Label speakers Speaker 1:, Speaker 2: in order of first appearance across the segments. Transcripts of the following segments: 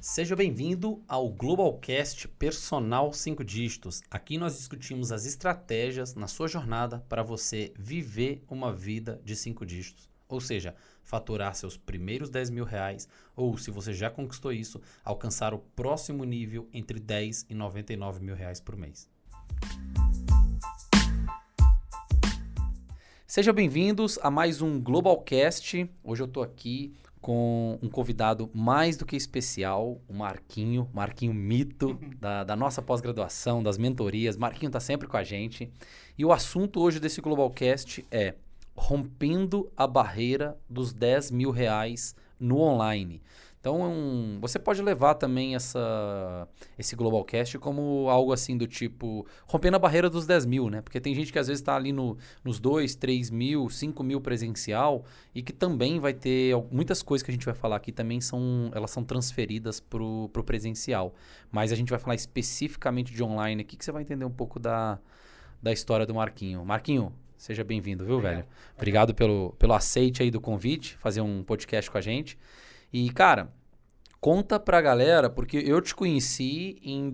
Speaker 1: Seja bem-vindo ao Globalcast Personal 5 Dígitos. Aqui nós discutimos as estratégias na sua jornada para você viver uma vida de 5 dígitos. Ou seja, faturar seus primeiros 10 mil reais, ou se você já conquistou isso, alcançar o próximo nível entre 10 e 99 mil reais por mês. Sejam bem-vindos a mais um Globalcast. Hoje eu estou aqui com um convidado mais do que especial, o Marquinho, Marquinho Mito, da, da nossa pós-graduação, das mentorias. Marquinho está sempre com a gente. E o assunto hoje desse Globalcast é rompendo a barreira dos 10 mil reais no online. Então, é um- você pode levar também essa, esse Globalcast como algo assim do tipo, rompendo a barreira dos 10 mil, né? Porque tem gente que às vezes está ali no, nos 2, 3 mil, 5 mil presencial e que também vai ter al- muitas coisas que a gente vai falar aqui também são, elas são transferidas para o presencial. Mas a gente vai falar especificamente de online aqui que você vai entender um pouco da, da história do Marquinho. Marquinho, seja bem-vindo, viu,
Speaker 2: Obrigado.
Speaker 1: velho? Obrigado pelo, pelo aceite aí do convite, fazer um podcast com a gente. E, cara, conta pra galera, porque eu te conheci em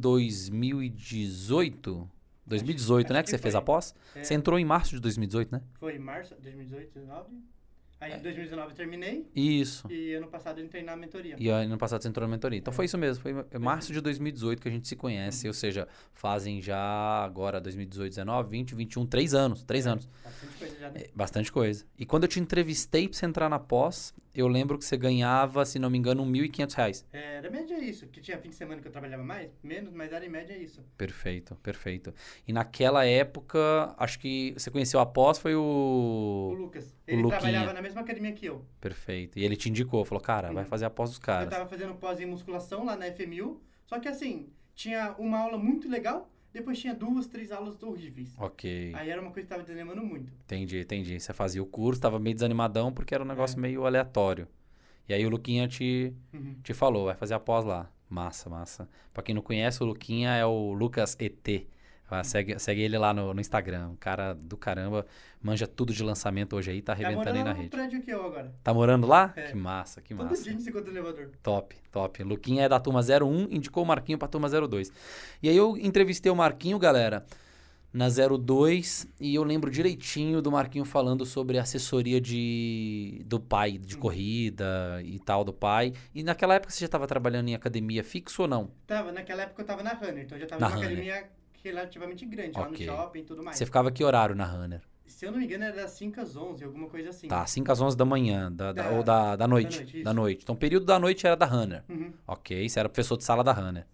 Speaker 1: 2018. 2018, né? Que
Speaker 2: acho que
Speaker 1: você fez
Speaker 2: foi.
Speaker 1: a pós?
Speaker 2: É,
Speaker 1: Você entrou em março de 2018, né?
Speaker 2: Foi em março de 2018, 2019. Aí
Speaker 1: É.
Speaker 2: em 2019 eu terminei
Speaker 1: Isso.
Speaker 2: e ano passado eu entrei na mentoria.
Speaker 1: Ah. E ano passado você entrou na mentoria. Então
Speaker 2: É.
Speaker 1: foi isso mesmo, foi em março de 2018 que a gente se conhece, ou seja, fazem já agora 2018, 19, 20, 21, três anos, três
Speaker 2: É.
Speaker 1: anos.
Speaker 2: Bastante coisa já. né?
Speaker 1: É, Bastante coisa. E quando eu te entrevistei pra você entrar na pós, eu lembro que você ganhava, se não me engano, um R$ 1.500 reais.
Speaker 2: Era média isso, que tinha fim de semana que eu trabalhava mais, menos, mas era em média isso.
Speaker 1: Perfeito, perfeito. E naquela época, acho que você conheceu a pós, foi
Speaker 2: O
Speaker 1: o...
Speaker 2: Lucas, ele
Speaker 1: Luquinha.
Speaker 2: trabalhava na mesma academia que eu.
Speaker 1: Perfeito. E ele te indicou, falou, cara, vai
Speaker 2: Uhum.
Speaker 1: fazer a pós dos
Speaker 2: Eu
Speaker 1: caras.
Speaker 2: tava fazendo pós em musculação lá na FMU, só que assim, tinha uma aula muito legal, depois tinha duas, três aulas horríveis.
Speaker 1: Ok,
Speaker 2: Aí era uma coisa que tava desanimando muito.
Speaker 1: entendi, entendi. Você fazia o curso, tava meio desanimadão porque era um
Speaker 2: É.
Speaker 1: negócio meio aleatório. E aí o Luquinha te,
Speaker 2: Uhum.
Speaker 1: te falou, vai fazer a pós lá. Massa, massa. Pra quem não conhece, o Luquinha é o Lucas ET. Vai, Segue, segue ele lá no, no Instagram. Um cara do caramba, manja tudo de lançamento hoje aí, tá
Speaker 2: Tá
Speaker 1: arrebentando aí
Speaker 2: morando
Speaker 1: na
Speaker 2: no
Speaker 1: rede.
Speaker 2: prédio que eu agora.
Speaker 1: Tá morando lá?
Speaker 2: É.
Speaker 1: Que massa, que
Speaker 2: Todo
Speaker 1: massa.
Speaker 2: dia a gente se encontra no elevador.
Speaker 1: Top, top. Luquinha é da turma 01, indicou o Marquinho pra turma 02. E aí eu entrevistei o Marquinho, galera, na 02, e eu lembro direitinho do Marquinho falando sobre a assessoria de, do pai, de
Speaker 2: Hum.
Speaker 1: corrida e tal, do pai. E naquela época você já tava trabalhando em academia fixo ou não?
Speaker 2: Tava, naquela época eu tava na Runner, então eu já tava
Speaker 1: Na
Speaker 2: numa
Speaker 1: Runner.
Speaker 2: academia relativamente grande, lá no
Speaker 1: Ok.
Speaker 2: shopping e tudo mais.
Speaker 1: Você ficava que horário na Runner?
Speaker 2: Se eu não me engano, era das 5 às 11, alguma coisa assim.
Speaker 1: Tá, 5 às 11 da manhã, da, da-
Speaker 2: Da-
Speaker 1: ou da, da noite. Da
Speaker 2: noite,
Speaker 1: noite,
Speaker 2: isso.
Speaker 1: Então o período da noite era da Runner.
Speaker 2: Uhum.
Speaker 1: Ok, você era professor de sala da Runner.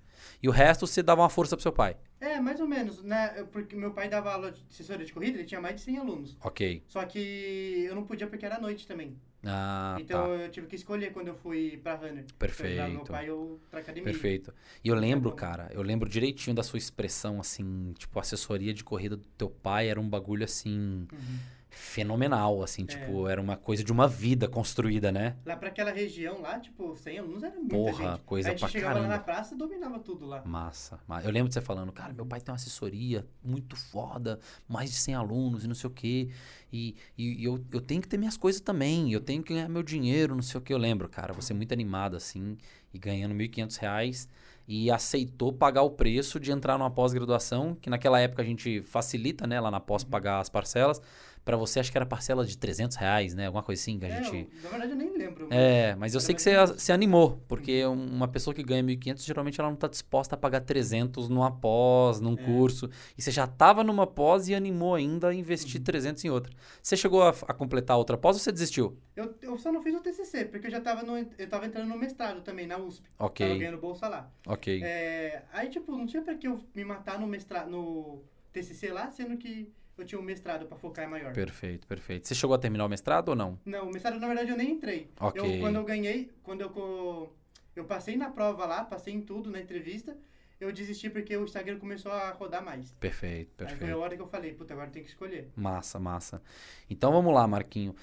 Speaker 1: E o resto você dava uma força pro seu pai.
Speaker 2: É, mais ou menos, né? Eu- Porque meu pai dava aula de assessoria de corrida, ele tinha mais de 100 alunos.
Speaker 1: Ok.
Speaker 2: Só que eu não podia porque era noite também.
Speaker 1: Ah,
Speaker 2: então
Speaker 1: tá.
Speaker 2: eu tive que escolher quando eu fui pra Runner. Se eu ajudava meu
Speaker 1: Perfeito.
Speaker 2: pai ou pra academia.
Speaker 1: Perfeito. E eu lembro,
Speaker 2: bom.
Speaker 1: cara, eu lembro direitinho da sua expressão, assim, tipo, a assessoria de corrida do teu pai era um bagulho, assim,
Speaker 2: Uhum.
Speaker 1: fenomenal, assim, tipo, era uma coisa de uma vida construída, né?
Speaker 2: Lá pra aquela região lá, tipo, 100 alunos era muita
Speaker 1: Porra,
Speaker 2: gente.
Speaker 1: coisa
Speaker 2: a gente
Speaker 1: pra
Speaker 2: chegava lá
Speaker 1: caramba.
Speaker 2: na praça e dominava tudo lá.
Speaker 1: Massa. ma- Eu lembro de você falando, cara, meu pai tem uma assessoria muito foda, mais de 100 alunos e não sei o quê. E, e- e eu, eu tenho que ter minhas coisas também, eu tenho que ganhar meu dinheiro, não sei o quê. Eu lembro, cara, você muito animado assim, e ganhando 1.500 reais, e aceitou pagar o preço de entrar numa pós-graduação, que naquela época a gente facilita, né, lá na pós pagar as parcelas. Pra você, acho que era parcela de 300 reais, né? Alguma coisa assim que a
Speaker 2: É,
Speaker 1: gente...
Speaker 2: eu- na verdade eu nem lembro.
Speaker 1: É, mas eu
Speaker 2: Era
Speaker 1: sei que
Speaker 2: mais
Speaker 1: você
Speaker 2: ou
Speaker 1: a- se animou, porque um, uma pessoa que ganha 1.500, geralmente ela não está disposta a pagar 300 numa pós, num
Speaker 2: É.
Speaker 1: curso. E você já estava numa pós e animou ainda a investir
Speaker 2: Uhum.
Speaker 1: 300 em outra. Você chegou a, f- a completar outra pós ou você desistiu?
Speaker 2: Eu, eu só não fiz o TCC, porque eu já tava, no, eu tava entrando no mestrado também, na USP. Tava
Speaker 1: Ok,
Speaker 2: ganhando bolsa lá.
Speaker 1: ok.
Speaker 2: É, aí, tipo, não tinha pra que eu me matar no mestrado, no TCC lá, sendo que eu tinha um mestrado pra focar em maior.
Speaker 1: Perfeito, perfeito. Você chegou a terminar o mestrado ou não?
Speaker 2: Não, o mestrado, na verdade, eu nem entrei.
Speaker 1: Ok.
Speaker 2: Eu, quando eu ganhei, quando eu, co- eu passei na prova lá, passei em tudo, na entrevista, eu desisti porque o Instagram começou a rodar mais.
Speaker 1: Perfeito,
Speaker 2: Aí foi a
Speaker 1: perfeito.
Speaker 2: hora que eu falei, puta, agora tem que escolher.
Speaker 1: Massa, massa. Então vamos lá, Marquinho.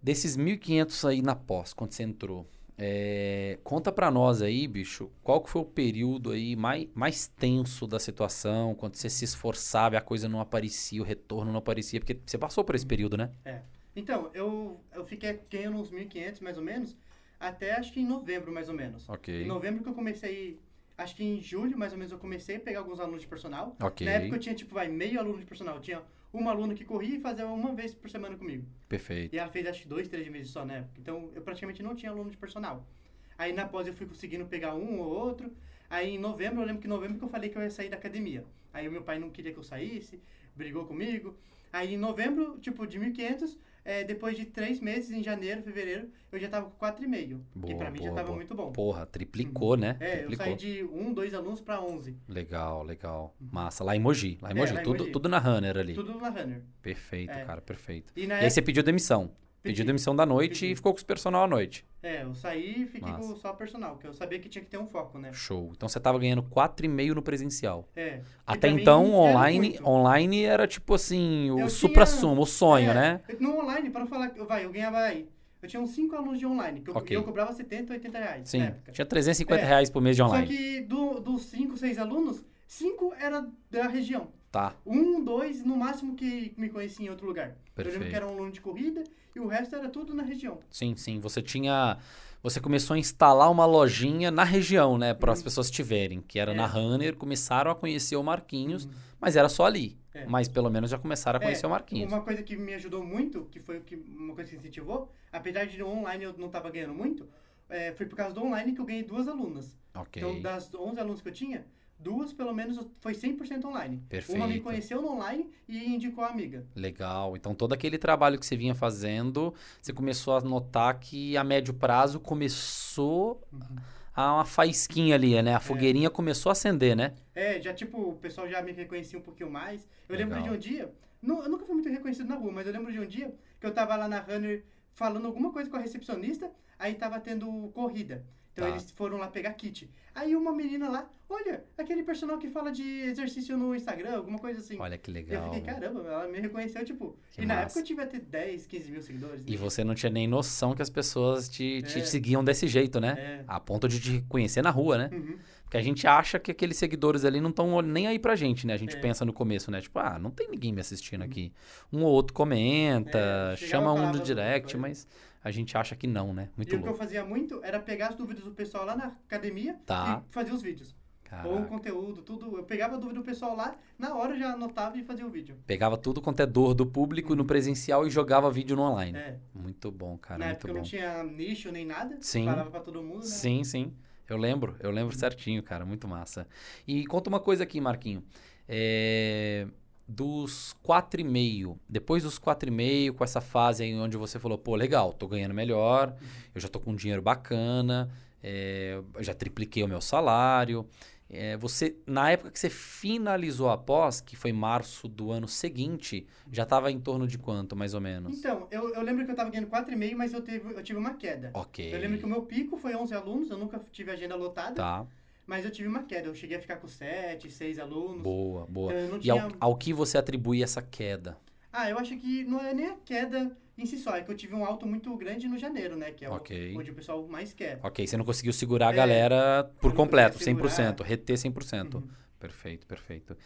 Speaker 1: Desses 1.500 aí na pós, quando você entrou, é, conta pra nós aí, bicho, qual que foi o período aí mais, mais tenso da situação, quando você se esforçava e a coisa não aparecia, o retorno não aparecia, porque você passou por esse período, né?
Speaker 2: Então, eu, eu fiquei ganhando uns 1.500, mais ou menos, até acho que em novembro, mais ou menos. Em
Speaker 1: Ok.
Speaker 2: novembro que eu comecei, acho que em julho, mais ou menos, eu comecei a pegar alguns alunos de personal.
Speaker 1: Ok.
Speaker 2: Na época eu tinha, tipo, vai, meio aluno de personal. Eu tinha uma aluna que corria e fazia uma vez por semana comigo.
Speaker 1: Perfeito.
Speaker 2: E ela fez, acho que dois, três meses só na época. Então, eu praticamente não tinha aluno de personal. Aí, na pós, eu fui conseguindo pegar um ou outro. Aí, em novembro, eu lembro que em novembro que eu falei que eu ia sair da academia. Aí, o meu pai não queria que eu saísse, brigou comigo. Aí, em novembro, tipo, de 1.500, eh, depois de três meses, em janeiro, fevereiro, eu já tava com 4,5. Que
Speaker 1: Boa,
Speaker 2: pra mim já
Speaker 1: boa,
Speaker 2: tava
Speaker 1: boa.
Speaker 2: muito bom.
Speaker 1: Porra, triplicou, né?
Speaker 2: É, eu
Speaker 1: triplicou.
Speaker 2: saí de um, dois alunos pra 11.
Speaker 1: Legal, legal. Massa. Lá em Mogi. Lá em
Speaker 2: É,
Speaker 1: Mogi.
Speaker 2: lá em
Speaker 1: tudo,
Speaker 2: Mogi.
Speaker 1: tudo na Runner ali.
Speaker 2: Tudo na Runner.
Speaker 1: Perfeito,
Speaker 2: É.
Speaker 1: cara, perfeito.
Speaker 2: E na
Speaker 1: E aí você pediu demissão. Pediu demissão da noite e
Speaker 2: Pedi.
Speaker 1: ficou com os personal à noite.
Speaker 2: É, eu saí e fiquei
Speaker 1: Massa.
Speaker 2: com só personal, porque eu sabia que tinha que ter um foco, né?
Speaker 1: Show. Então você tava ganhando 4,5 no presencial.
Speaker 2: É.
Speaker 1: Até
Speaker 2: pra mim,
Speaker 1: então,
Speaker 2: era
Speaker 1: online,
Speaker 2: muito.
Speaker 1: online era tipo assim, o
Speaker 2: Eu
Speaker 1: supra-sumo, o sonho,
Speaker 2: É,
Speaker 1: né?
Speaker 2: No online, para falar, que- vai, eu ganhava aí. Eu tinha uns 5 alunos de online, que eu,
Speaker 1: Ok.
Speaker 2: eu cobrava 70, 80 reais
Speaker 1: Sim.
Speaker 2: na época.
Speaker 1: Tinha 350
Speaker 2: É.
Speaker 1: reais por mês de online.
Speaker 2: Só que do- dos 5, 6 alunos, 5 era da região.
Speaker 1: Tá,
Speaker 2: Um, dois, no máximo que me conhecia em outro lugar. Eu lembro que
Speaker 1: perfeito.
Speaker 2: era um aluno de corrida e o resto era tudo na região.
Speaker 1: Sim, sim. Você tinha. Você começou a instalar uma lojinha na região, né? Para as
Speaker 2: Uhum.
Speaker 1: pessoas tiverem, que era
Speaker 2: É.
Speaker 1: na Runner, começaram a conhecer o Marquinhos,
Speaker 2: Uhum.
Speaker 1: mas era só ali.
Speaker 2: É.
Speaker 1: Mas pelo menos já começaram a
Speaker 2: É,
Speaker 1: conhecer o Marquinhos.
Speaker 2: Uma coisa que me ajudou muito, que foi o que, uma coisa que incentivou, apesar de no online eu não tava ganhando muito, é, foi por causa do online que eu ganhei duas alunas.
Speaker 1: Ok.
Speaker 2: Então, das 11 alunos que eu tinha, duas pelo menos foi 100% online. Uma me
Speaker 1: Perfeito.
Speaker 2: conheceu no online e indicou a amiga.
Speaker 1: Legal. Então, todo aquele trabalho que você vinha fazendo, você começou a notar que a médio prazo começou
Speaker 2: Uhum.
Speaker 1: a uma faísquinha ali, né? A fogueirinha começou a acender, né?
Speaker 2: É, já tipo, o pessoal já me reconhecia um pouquinho mais. Eu lembro
Speaker 1: Legal.
Speaker 2: de um dia, nu- eu nunca fui muito reconhecido na rua, mas eu lembro de um dia que eu tava lá na Runner falando alguma coisa com a recepcionista, aí tava tendo corrida. Então
Speaker 1: Tá.
Speaker 2: eles foram lá pegar kit. Aí uma menina lá, olha, aquele personal que fala de exercício no Instagram, alguma coisa assim.
Speaker 1: Olha que
Speaker 2: eu
Speaker 1: legal.
Speaker 2: fiquei, caramba, ela me reconheceu, tipo.
Speaker 1: Que
Speaker 2: e na
Speaker 1: massa.
Speaker 2: época eu tive até 10, 15 mil seguidores. né?"
Speaker 1: E você não tinha nem noção que as pessoas te, te
Speaker 2: É.
Speaker 1: seguiam desse jeito, né?
Speaker 2: É.
Speaker 1: A ponto de te conhecer na rua, né?
Speaker 2: Uhum.
Speaker 1: Porque a gente acha que aqueles seguidores ali não estão nem aí pra gente, né? A gente
Speaker 2: É. Uhum.
Speaker 1: pensa no começo, né? Tipo, ah, não tem ninguém me assistindo aqui. Um ou outro comenta,
Speaker 2: É, chegava,
Speaker 1: chama um
Speaker 2: falava
Speaker 1: do
Speaker 2: alguma
Speaker 1: direct,
Speaker 2: coisa.
Speaker 1: mas a gente acha que não, né? Muito
Speaker 2: né? e o que eu
Speaker 1: louco.
Speaker 2: fazia muito era pegar as dúvidas do pessoal lá na academia
Speaker 1: Tá.
Speaker 2: e fazer os vídeos. Ou o
Speaker 1: Caraca.
Speaker 2: conteúdo, tudo. Eu pegava a dúvida do pessoal lá, na hora eu já anotava e fazia o vídeo.
Speaker 1: Pegava tudo quanto é dor do público no presencial e jogava vídeo no online.
Speaker 2: É.
Speaker 1: Muito bom, cara,
Speaker 2: na
Speaker 1: muito
Speaker 2: época eu
Speaker 1: bom.
Speaker 2: não tinha nicho nem nada.
Speaker 1: Sim.
Speaker 2: Falava pra todo mundo, né? Uhum.
Speaker 1: Sim, sim. Eu lembro, eu lembro certinho, cara. Muito massa. E conta uma coisa aqui, Marquinho. É, Dos 4,5, depois dos 4,5, com essa fase aí onde você falou, pô, legal, tô ganhando melhor,
Speaker 2: Uhum.
Speaker 1: eu já tô com um dinheiro bacana, é, eu já tripliquei o meu salário. É, você, na época que você finalizou a pós, que foi março do ano seguinte, já tava em torno de quanto, mais ou menos?
Speaker 2: Então, eu, eu lembro que eu tava ganhando 4,5, mas eu, teve, eu tive uma queda.
Speaker 1: Ok.
Speaker 2: Então, Eu lembro que o meu pico foi 11 alunos, eu nunca tive agenda lotada,
Speaker 1: Tá,
Speaker 2: mas eu tive uma queda. Eu cheguei a ficar com 7, 6 alunos.
Speaker 1: boa, boa.
Speaker 2: Então eu não
Speaker 1: E ao,
Speaker 2: tinha.
Speaker 1: ao que você atribui essa queda?
Speaker 2: Ah, eu acho que não é nem a queda em si só, é que eu tive um alto muito grande no janeiro, né? Que é o-
Speaker 1: Ok.
Speaker 2: onde o pessoal mais quer.
Speaker 1: Ok, você não conseguiu segurar a
Speaker 2: É,
Speaker 1: galera por
Speaker 2: não
Speaker 1: completo,
Speaker 2: consegui
Speaker 1: 100%,
Speaker 2: segurar.
Speaker 1: reter 100%.
Speaker 2: Uhum.
Speaker 1: Perfeito, perfeito.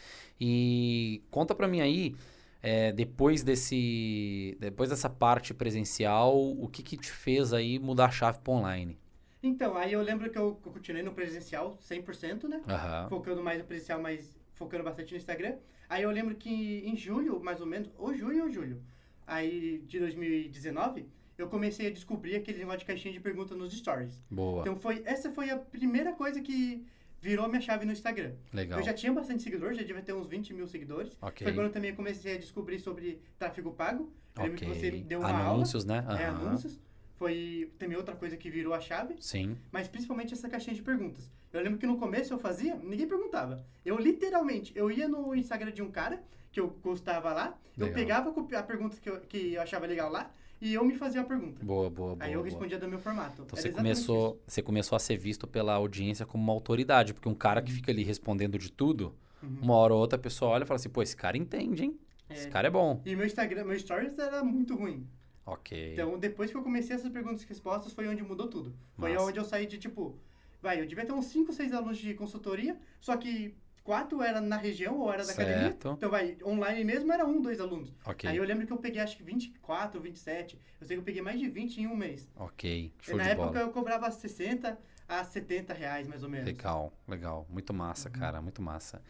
Speaker 1: E conta pra mim aí, é, depois desse, depois dessa parte presencial, o que que te fez aí mudar a chave pro online?
Speaker 2: Então, aí eu lembro que eu eu continuei no presencial 100%, né?
Speaker 1: Aham.
Speaker 2: Focando mais no presencial, mas focando bastante no Instagram. Aí eu lembro que em julho, mais ou menos, ou junho ou julho, aí de 2019, eu comecei a descobrir aquele negócio de caixinha de pergunta nos stories.
Speaker 1: Boa,
Speaker 2: Então foi, essa foi a primeira coisa que virou minha chave no Instagram.
Speaker 1: legal.
Speaker 2: Eu já tinha bastante seguidor, já devia ter uns 20 mil seguidores.
Speaker 1: Ok,
Speaker 2: Foi quando eu também comecei a descobrir sobre tráfego pago. Eu lembro
Speaker 1: ok.
Speaker 2: que você deu uma
Speaker 1: Anúncios,
Speaker 2: aula,
Speaker 1: né?
Speaker 2: é,
Speaker 1: Aham.
Speaker 2: anúncios. Foi também outra coisa que virou a chave
Speaker 1: Sim,
Speaker 2: mas principalmente essa caixinha de perguntas. Eu lembro que no começo eu fazia, ninguém perguntava. Eu literalmente, eu ia no Instagram de um cara que eu gostava lá, eu
Speaker 1: Legal.
Speaker 2: pegava copi- a pergunta que eu, que eu achava legal lá e eu me fazia a pergunta.
Speaker 1: boa, boa, boa.
Speaker 2: Aí eu
Speaker 1: boa.
Speaker 2: respondia do meu formato.
Speaker 1: Então
Speaker 2: Era
Speaker 1: você
Speaker 2: exatamente
Speaker 1: começou, você começou a ser visto pela audiência como uma autoridade, porque um cara que fica ali respondendo de tudo,
Speaker 2: Uhum.
Speaker 1: uma hora ou outra a pessoa olha e fala assim, pô, esse cara entende, hein?
Speaker 2: isso.
Speaker 1: Esse
Speaker 2: É.
Speaker 1: cara é bom.
Speaker 2: E meu Instagram, meu Stories era muito ruim.
Speaker 1: Ok.
Speaker 2: Então depois que eu comecei essas perguntas e respostas foi onde mudou tudo. Foi
Speaker 1: Massa.
Speaker 2: onde eu saí de tipo, vai, eu devia ter uns 5, 6 alunos de consultoria, só que quatro era na região ou era da academia.
Speaker 1: Certo.
Speaker 2: Então, vai, online mesmo era um, dois alunos.
Speaker 1: Ok.
Speaker 2: Aí eu lembro que eu peguei acho que 24, 27. Eu sei que eu peguei mais de 20 em um mês.
Speaker 1: Ok. Show
Speaker 2: Na
Speaker 1: de
Speaker 2: época
Speaker 1: bola.
Speaker 2: eu cobrava 60 a 70 reais, mais ou menos.
Speaker 1: Legal, legal. Muito massa,
Speaker 2: Uhum.
Speaker 1: cara. Muito massa.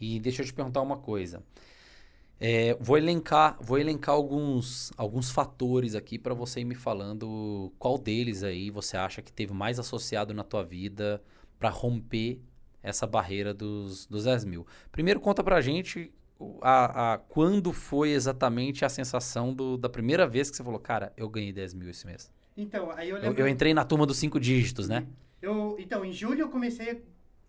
Speaker 1: E deixa eu te perguntar uma coisa. É, vou elencar, vou elencar alguns, alguns fatores aqui para você ir me falando qual deles aí você acha que teve mais associado na tua vida para romper essa barreira dos, dos 10 mil. Primeiro conta pra gente o- a, a- quando foi exatamente a sensação do- da primeira vez que você falou, cara, eu ganhei 10 mil esse mês.
Speaker 2: Então, aí eu
Speaker 1: Eu,
Speaker 2: lembro.
Speaker 1: eu entrei na turma dos cinco dígitos, né?
Speaker 2: Eu, então, em julho eu comecei a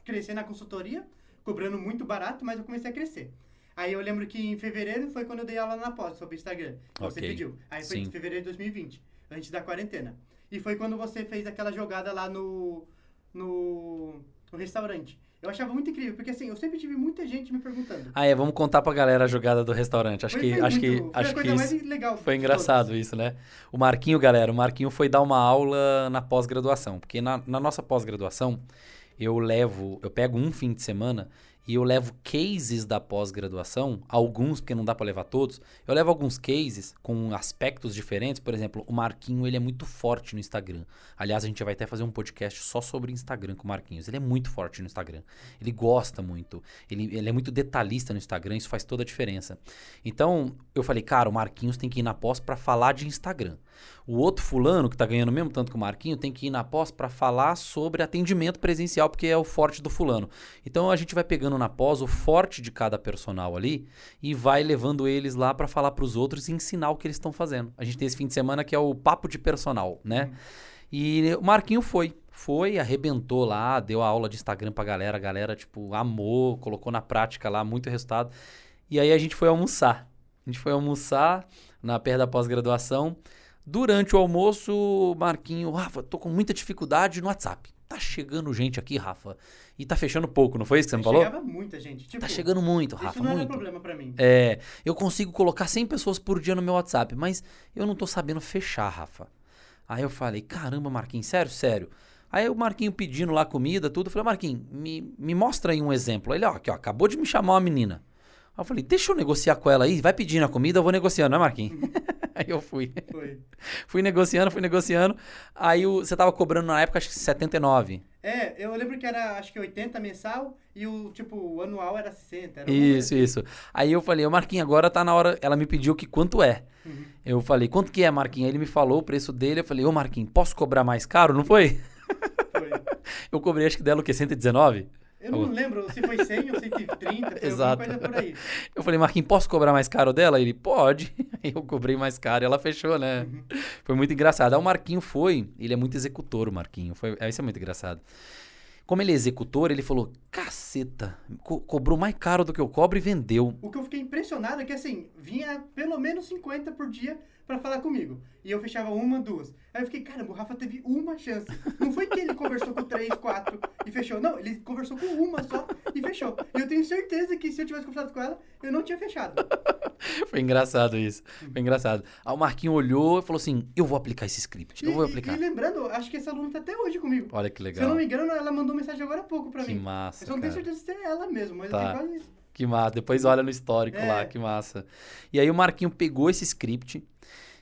Speaker 2: crescer na consultoria, cobrando muito barato, mas eu comecei a crescer. Aí eu lembro que em fevereiro foi quando eu dei aula na pós sobre Instagram, que você
Speaker 1: Ok.
Speaker 2: pediu. Aí foi
Speaker 1: Sim.
Speaker 2: em fevereiro de 2020, antes da quarentena. E foi quando você fez aquela jogada lá no, no, no restaurante. Eu achava muito incrível, porque assim, eu sempre tive muita gente me perguntando.
Speaker 1: Ah, é, vamos contar pra galera a jogada do restaurante. Acho
Speaker 2: Foi-
Speaker 1: que,
Speaker 2: foi
Speaker 1: acho que,
Speaker 2: muito- foi a
Speaker 1: acho que
Speaker 2: coisa mais
Speaker 1: isso
Speaker 2: legal.
Speaker 1: foi
Speaker 2: de
Speaker 1: engraçado
Speaker 2: todas.
Speaker 1: isso, né? O Marquinho, galera, o Marquinho foi dar uma aula na pós-graduação, porque na, na nossa pós-graduação eu levo, eu pego um fim de semana e eu levo cases da pós-graduação, alguns porque não dá pra levar todos. Eu levo alguns cases com aspectos diferentes, por exemplo, o Marquinho, ele é muito forte no Instagram. Aliás, a gente vai até fazer um podcast só sobre Instagram com o Marquinhos. Ele é muito forte no Instagram. Ele gosta muito. Ele, ele é muito detalhista no Instagram. Isso faz toda a diferença. Então, eu falei, cara, o Marquinhos tem que ir na pós pra falar de Instagram. O outro fulano, que tá ganhando o mesmo tanto que o Marquinho, tem que ir na pós pra falar sobre atendimento presencial, porque é o forte do fulano. Então, a gente vai pegando na pós o forte de cada personal ali e vai levando eles lá pra falar pros outros e ensinar o que eles estão fazendo. A gente tem esse fim de semana que é o papo de personal, né? E o Marquinho foi. Foi, arrebentou lá, deu a aula de Instagram pra galera. A galera, tipo, amou, colocou na prática lá, muito resultado. E aí a gente foi almoçar. A gente foi almoçar na perto da pós-graduação. Durante o almoço, o Marquinho, Rafa, tô com muita dificuldade no WhatsApp. Tá chegando gente aqui, Rafa. E tá fechando pouco, não foi isso que você me falou?
Speaker 2: Chegava muita gente. Tipo,
Speaker 1: Tá chegando muito,
Speaker 2: isso
Speaker 1: Rafa,
Speaker 2: não era
Speaker 1: muito.
Speaker 2: problema pra mim.
Speaker 1: É, eu consigo colocar 100 pessoas por dia no meu WhatsApp, mas eu não tô sabendo fechar, Rafa. Aí eu falei, caramba, Marquinhos, sério, sério. Aí o Marquinho pedindo lá comida, tudo. Eu falei, Marquinhos, me, me mostra aí um exemplo. Ele, ó, aqui, ó, acabou de me chamar uma menina. Aí eu falei, deixa eu negociar com ela aí, vai pedindo a comida, eu vou negociando, né, Marquinhos? aí eu fui.
Speaker 2: Foi.
Speaker 1: Fui negociando, fui negociando. Aí o- você tava cobrando na época, acho que 79.
Speaker 2: É, eu lembro que era acho que 80 mensal e o tipo o anual era 60. Era uma
Speaker 1: Isso, isso. Aí eu falei, ô Marquinhos, agora tá na hora. Ela me pediu que quanto é.
Speaker 2: Uhum.
Speaker 1: Eu falei, quanto que é, Marquinhos? Aí Ele me falou o preço dele. Eu falei, ô Marquinhos, posso cobrar mais caro? Não foi?
Speaker 2: coisa. assim, Foi.
Speaker 1: Eu cobrei, acho que dela o quê? 119?
Speaker 2: Eu não lembro se foi 100 ou 130, foi
Speaker 1: Exato.
Speaker 2: alguma coisa por aí.
Speaker 1: Eu falei, Marquinhos, posso cobrar mais caro dela? Ele, pode. Aí eu cobrei mais caro e ela fechou, né?
Speaker 2: Uhum.
Speaker 1: Foi muito engraçado. Aí o Marquinho foi, ele é muito executor, o Marquinho. Foi, é, isso é muito engraçado. Como ele é executor, ele falou, caceta, co- cobrou mais caro do que eu cobro e vendeu.
Speaker 2: O que eu fiquei impressionado é que assim, vinha pelo menos 50 por dia pra falar comigo. E eu fechava uma, duas. Aí eu fiquei, caramba, o Rafa teve uma chance. Não foi que ele conversou com três, quatro e fechou. Não, ele conversou com uma só e fechou. E eu tenho certeza que se eu tivesse conversado com ela, eu não tinha fechado.
Speaker 1: Foi engraçado isso. Foi engraçado. Aí o Marquinho olhou e falou assim: Eu vou aplicar esse script. Eu
Speaker 2: E-
Speaker 1: vou
Speaker 2: e-
Speaker 1: aplicar.
Speaker 2: E, lembrando, acho que essa aluna tá até hoje comigo.
Speaker 1: Olha que
Speaker 2: Se eu
Speaker 1: legal.
Speaker 2: não me engano, ela mandou mensagem agora há pouco pra
Speaker 1: Que
Speaker 2: mim.
Speaker 1: massa.
Speaker 2: eu só não tenho
Speaker 1: cara.
Speaker 2: certeza se é ela mesmo, mas
Speaker 1: Tá.
Speaker 2: eu tenho quase isso.
Speaker 1: Que massa. Depois olha no histórico
Speaker 2: É.
Speaker 1: lá, que massa. E aí o Marquinho pegou esse script